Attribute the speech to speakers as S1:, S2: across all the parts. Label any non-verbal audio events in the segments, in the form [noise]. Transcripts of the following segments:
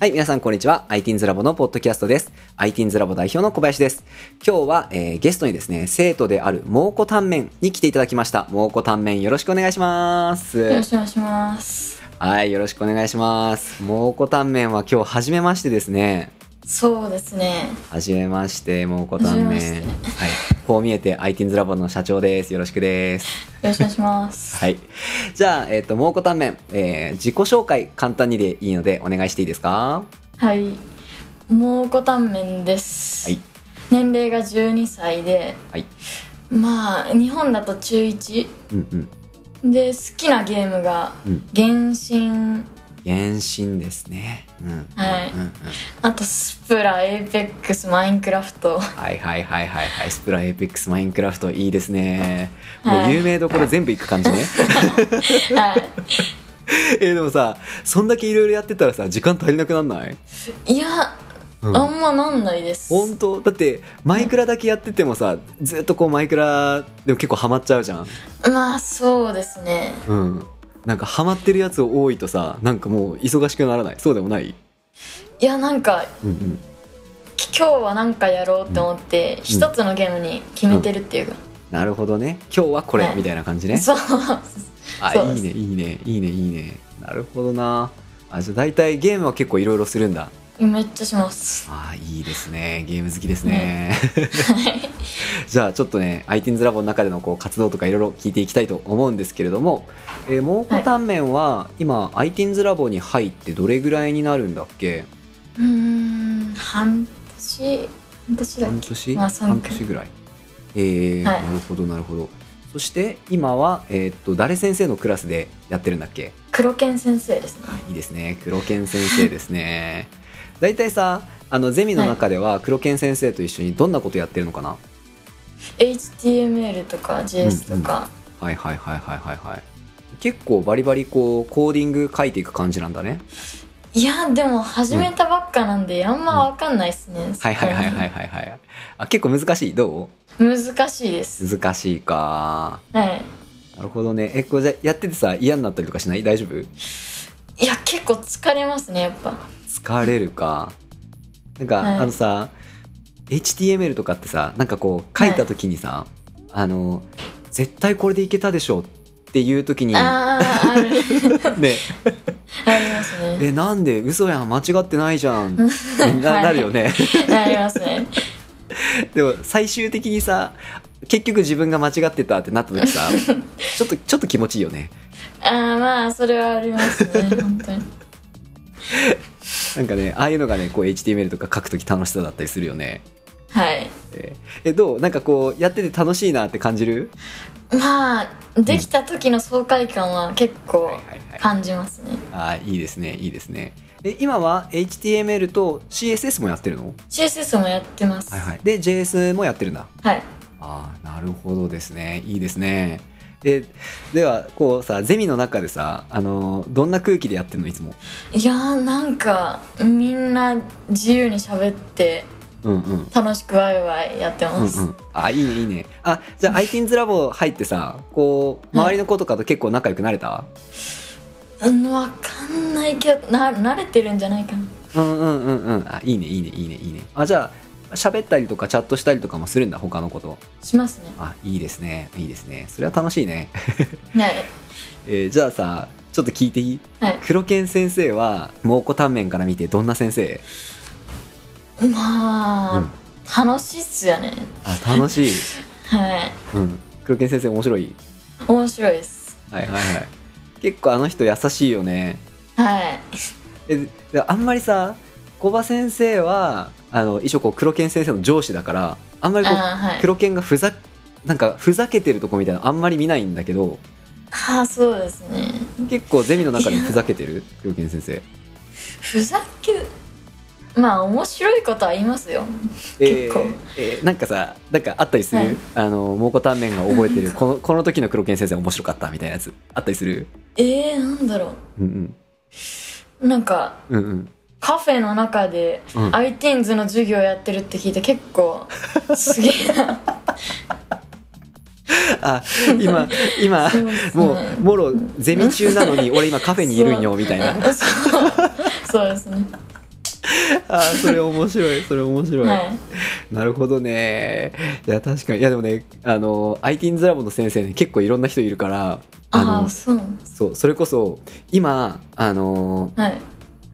S1: はい、皆さんこんにちは。ITeens ラボのポッドキャストです。ITeens ラボ代表の小林です。今日は、えーゲストにですね、生徒である蒙古タンメンに来ていただきました。蒙古タンメンよろしくお願いします。
S2: よろしくお願いします。
S1: はい、よろしくお願いします。蒙古タンメンは今日初めましてですね。
S2: そうですね。
S1: 初めまして、蒙古タンメン。
S2: 初めま
S1: はい。こう見えて ITeens ラボの社長です。よろしくです。
S2: よろしくお願いします。
S1: はい。じゃあ、えっ、と、蒙古タンメン、えー自己紹介簡単にでいいのでお願いしていいですか
S2: はい。蒙古タンメンです。
S1: はい
S2: 年齢が12歳で、
S1: はい。
S2: まあ、日本だと中1。
S1: うんうん。
S2: で、好きなゲームが
S1: うん、
S2: 原神、
S1: 原神ですね。うん。
S2: はい
S1: うんうんうん
S2: あとスプラ、エイペックス、マインクラフ [laughs] ト。
S1: はいはいはいはいはい。スプラエイペックスマインクラフトいいですね。も
S2: は
S1: う
S2: い
S1: 有名どころ全部行く感じね。
S2: は
S1: えーでもさ、そんだけいろいろやってたらさ、時間足りなくなんない
S2: い。いや、
S1: うん
S2: あんまなんないです。
S1: 本当だってマイクラだけやっててもさずっとこうマイクラでも結構ハマっちゃうじゃん
S2: まあ、そうですね。
S1: うんなんかハマってるやつ多いとさなんかもう忙しくならないそうでもない
S2: いや、なんか、
S1: うんうん
S2: 今日は何かやろうって思って、一つのゲームに決めてるっていうか。
S1: なるほどね今日はこれ
S2: はい
S1: みたいな感じね
S2: そう。
S1: あ
S2: そうで
S1: いい
S2: す
S1: ねいいねいいねいいねなるほどなあじゃあ大体ゲームは結構いろいろするんだ
S2: めっちゃします。
S1: あーいいですねゲーム好きですね [laughs] じゃあちょっとね iTeens ラボの中でのこう活動とかいろいろ聞いていきたいと思うんですけれども、えー、蒙古タンメンは今 iTeens ラボに入ってどれぐらいになるんだっけ
S2: うーん、半年、半年だっ
S1: 半
S2: け
S1: 年、
S2: まあ
S1: 半
S2: 三回
S1: 年ぐらいえー
S2: はい
S1: なるほどなるほどそして今は、えーっと誰先生のクラスでやってるんだっけ
S2: 黒剣先生ですね。
S1: いいですね黒剣先生ですね大体さあのゼミの中では黒剣先生と一緒にどんなことやってるのかな、
S2: HTML とか JS とか、
S1: はいはいはいはいはいはい結構バリバリこうコーディング書いていく感じなんだね
S2: いや、でも始めたばっかなんで、あんまわかんないですね。
S1: はいはいはいはいはいはいあ結構難しいど
S2: 難しいです。
S1: う難しいか
S2: は
S1: なるほどねえこれじゃやっててさ嫌になったりとかしない大丈夫
S2: い。いや、結構疲れますね、やっぱ。
S1: 疲れるかなんか、
S2: はい
S1: あのさ HTML とかってさなんかこう書いた時にさ、あの絶対これでいけたでしょっていう時にね
S2: ああ、ある、ありますね。
S1: えなんで嘘やん間違ってないじ
S2: [laughs]
S1: ゃんななるよね
S2: ありますね。
S1: でも最終的にさ結局自分が間違ってたってなった時
S2: [laughs]
S1: さちょっとちょっと気持ちいいよね
S2: ああ、まあ、それはありますね、本当に。
S1: なんかねああいうのがねこう HTML とか書く時楽しさだったりするよね
S2: はい。
S1: ええどうなんかこうやってて楽しいなって感じる
S2: まあ、できた時の爽快感は結構
S1: はいはい
S2: 感じますね。
S1: あーいいですねいいですねで今は HTML と CSS もやってるの
S2: CSS もやってます。
S1: はいはいで JS もやってるんだ
S2: はい。
S1: ああなるほどですねいいですねでではこうさゼミの中でさあのーどんな空気でやってるのいつも
S2: い、やーなんかみんな自由に喋って
S1: うんうん
S2: 楽しくワイワイやって
S1: うんう
S2: ます。
S1: ん、あいいねいいねあじゃあ iTeens ラボ入ってさこう周りの子とかと結構仲良くなれた、
S2: うん、わかんないけどな慣れてるんじゃないかな。
S1: うんうんうんうんあいいねいいねいいねいいねあじゃあ喋ったりとかチャットしたりとかもするんだ他の子と
S2: しますね。
S1: あいいですねいいですねそれは楽しいね
S2: はい。
S1: えーじゃあさちょっと聞いていい
S2: はい。
S1: 黒剣先生は蒙古タンメンから見てどんな先生
S2: まあ、楽しいっすよね。
S1: あ楽しい、
S2: はい。
S1: [laughs] うん、黒剣先生面白い
S2: 面白いです。
S1: はいはいはい結構あの人優しいよね
S2: はい。
S1: えであんまりさ小葉先生はあの一応こう黒剣先生の上司だからあんまりこう
S2: あーはい。
S1: 黒剣がふざなんかふざけてるとこみたいなのあんまり見ないんだけど
S2: ああ、そうですね。
S1: 結構ゼミの中でもふざけてる黒剣先生
S2: ふざけ、まあ面白いことは言いますよ。
S1: え
S2: 結構
S1: ーえーなんかさなんかあったりする、
S2: はい
S1: あの蒙古タンメンが覚えてるこのこの時の黒剣先生面白かったみたいなやつあったりする
S2: ええー、なんだろ
S1: うん
S2: う。なんか、
S1: うんうんうん
S2: カフェの中で、
S1: うん
S2: アイティーンズの授業やってるって聞いて結構、すげえ
S1: [laughs]
S2: な。
S1: あ今今
S2: そう [laughs] ですね
S1: もうもろゼミ中なのに俺今カフェにいるんよみたいな
S2: そうそうですね。
S1: [laughs] あーそれ面白いそれ面白い、
S2: はい
S1: なるほどねいや確かにいやでもねあの IT インズラボの先生ね結構いろんな人いるからあの
S2: ああそうなんです
S1: そうそれこそ今あの
S2: はい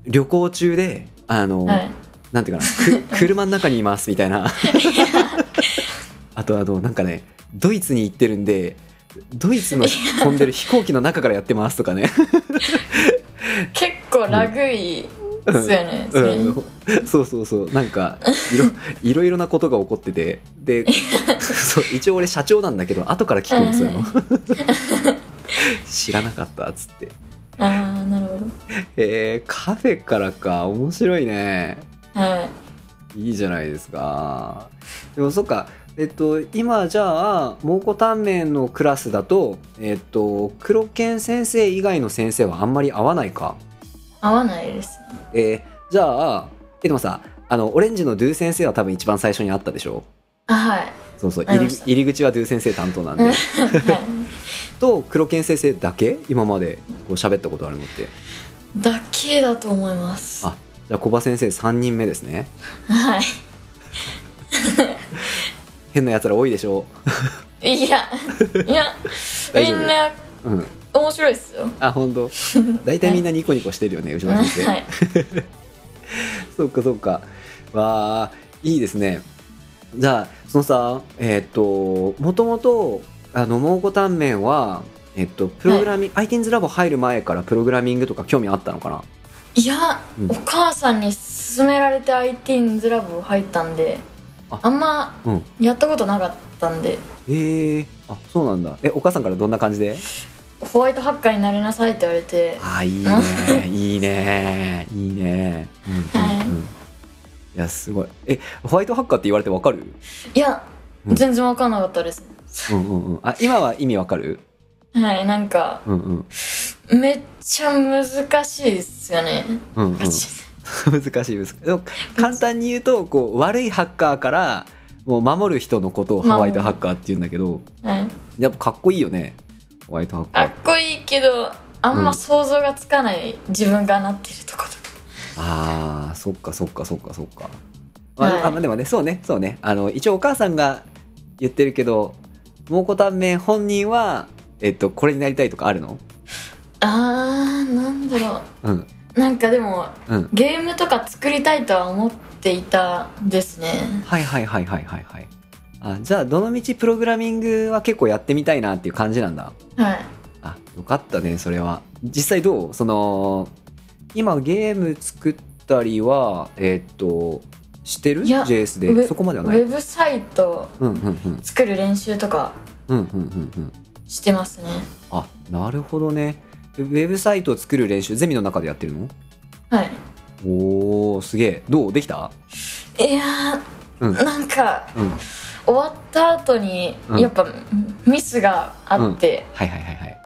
S1: 旅行中であの、
S2: はい
S1: なんていうかな
S2: [laughs]
S1: く車の中にいますみたいなあとあのなんかねドイツに行ってるんでドイツの飛んでる飛行機の中からやってますとかね
S2: 結構ラグいですよね、そ
S1: う
S2: れ
S1: ん、そうそうそうなんかいろいろいろなことが起こっててでそう一応俺社長なんだけど後から聞くんですよ、
S2: うん
S1: 知らなかったっつって
S2: ああなるほど
S1: えー、カフェからか面白いね
S2: はい
S1: いいじゃないですかでもそっかえっと今じゃあ蒙古タンメンのクラスだとえっと黒剣先生以外の先生はあんまり合わないか
S2: 合わないです
S1: えーじゃあえでもさあのオレンジのドゥ先生は多分一番最初に会ったでしょ
S2: あはい
S1: そうそう
S2: あり
S1: 入
S2: ま
S1: り
S2: した
S1: 入り口はドゥ先生担当なん
S2: うん
S1: で
S2: はい
S1: と黒剣先生だけ今までこう喋ったことあるのって
S2: だけだと思います
S1: あじゃあ小葉先生3人目ですね
S2: は
S1: 変なやつら多いでしょ
S2: いいやいや
S1: [laughs] 大
S2: み
S1: 丈夫
S2: んな
S1: う、うん、
S2: 面白いですよ
S1: あ本
S2: [laughs]
S1: 当大体みんなニコニコしてるよねうちの先生、
S2: はい
S1: そっかそっか。わあ、いいですね。じゃあ、そのさ、えーっ、と、もともと、あの、蒙古タンメンは、えっと、プログラミング、IT's ラボ入る前からプログラミングとか興味あったのかない
S2: や、
S1: うん
S2: お母さんに勧められて IT インズラブ入ったんで
S1: あ
S2: あんま
S1: うん。
S2: やったことなかったんで
S1: ええあ、そうなんだ。え、お母さんからどんな感じで
S2: ホワイトハッカーになりなさいって言われて
S1: ああ、いいね。 [laughs] いいね。いいね。うんうん、うん。いや、すごい。え、ホワイトハッカーって言われてわか [laughs] る
S2: いや
S1: うん
S2: 全然わかんなかったです、
S1: うんうんうん。あ、今は意味わかる
S2: はいなんか
S1: うんうん。
S2: めっちゃ難しいですよね、
S1: うんうん。 [laughs] 難しい難しいでも簡単に言うとこう悪いハッカーからもう守る人のことをハワイトハッカーって言うんだけど
S2: はい、
S1: やっぱかっこいいよねホワイトハッカ
S2: かっ
S1: ー
S2: こいいけどあんま想像がつかない自分がなってるとこ
S1: あーそっかそっかそっかそっか、まあ
S2: はい
S1: あまあでもねそうねそうねあの一応お母さんが言ってるけど蒙古タンメン本人は、えっと、これになりたいとかあるの
S2: とあーなんだろ
S1: うん
S2: うなんかでも
S1: うん
S2: ゲームとか作りたいとは思っていたですね
S1: はいはいはいはいはいはいあじゃあどのみちプログラミングは結構やってみたいなっていう感じなんだ
S2: はい
S1: あよかったねそれは実際どうその今ゲーム作ったりはえーっとしてる
S2: いや
S1: JS
S2: ウ
S1: で
S2: ェ
S1: そこまでは
S2: ウ
S1: ないうん
S2: ェブサイト
S1: うんうん
S2: 作る練習とか
S1: うんうんうんうん
S2: してますね
S1: あなるほどねウェブサイトを作る練習ゼミの中でやってるの
S2: はい
S1: おーすげえどうできた
S2: いやー、
S1: うん
S2: なんか
S1: うん
S2: 終わった後に
S1: うん
S2: やっぱミスがあって、
S1: はいはいはいはい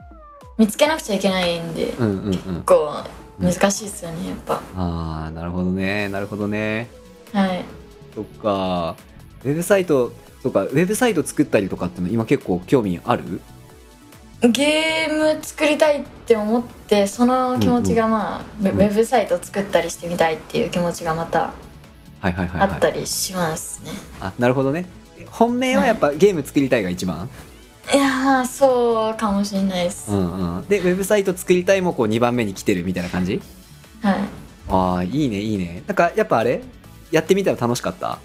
S2: 見つけなくちゃいけないんで
S1: うんうんうん
S2: 結構難しいですよねやっぱ
S1: ああなるほどねなるほどね
S2: はい
S1: そっかウェブサイトそっかウェブサイト作ったりとかっての今結構興味ある
S2: ゲーム作りたいって思ってその気持ちがまあ、ウェ
S1: うん
S2: ウェブサイト作ったりしてみたいっていう気持ちがまた
S1: はいはいはい
S2: あ
S1: はい
S2: ったりしますね、
S1: あなるほどね本命はやっぱゲーム作りたいが一番、
S2: い、やーそうかもしれないです、
S1: うんうん、でウェブサイト作りたいもこう2番目に来てるみたいな感じ
S2: はい
S1: ああいいねいいねなんかやっぱあれやってみたら楽しかった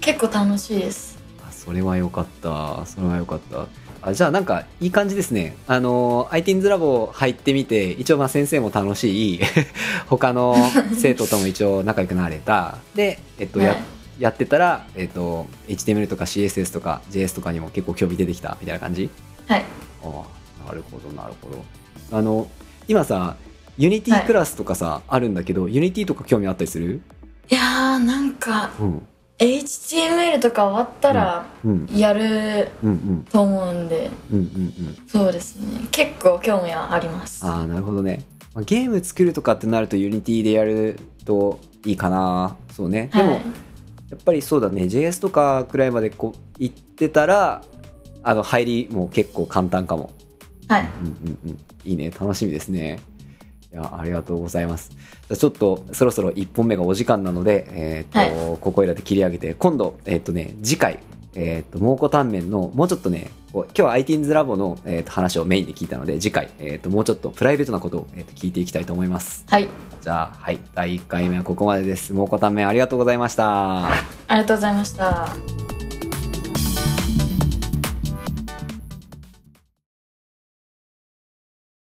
S2: 結構楽しいです
S1: あそれはよかったそれはよかったあじゃあなんかいい感じですねあの ITINS ラボ入ってみて一応まあ先生も楽しい [laughs] 他の生徒とも一応仲良くなれたで、えっとや
S2: はい
S1: やってたら、えっと、HTML とか CSS とか JS とかにも結構興味出てきたみたいな感じ
S2: はい
S1: ああなるほどなるほどあの今さユニテ
S2: は
S1: ィ
S2: い
S1: クラスとかさ、あるんだけどユニティとか興味あったりする
S2: いやーなんか
S1: うん、
S2: HTML とか終わったら
S1: うん、
S2: やる
S1: うんうん
S2: と思うんで、
S1: うんうんうん
S2: そうですね結構興味はあります
S1: ああなるほどねまあゲーム作るとかってなるとユニティでやるといいかなそうねでも、
S2: はい
S1: やっぱりそうだね JS とかくらいまでこう行ってたらあの入りも結構簡単かも
S2: はい
S1: うんうんうん、いいね楽しみですねいいやありがとうございます。じゃあちょっとそろそろ1本目がお時間なので、えっとここいらで切り上げて今度、えっとね、次回、えっと蒙古タンメンのもうちょっとねこう今日は ITINS ラボの、えっと話をメインで聞いたので次回、えっともうちょっとプライベートなことを、えっと聞いていきたいと思います。
S2: はい。
S1: じゃあ、はい、第1回目はここまでです。蒙古タンメンありがとうございました。
S2: ありがとうございました。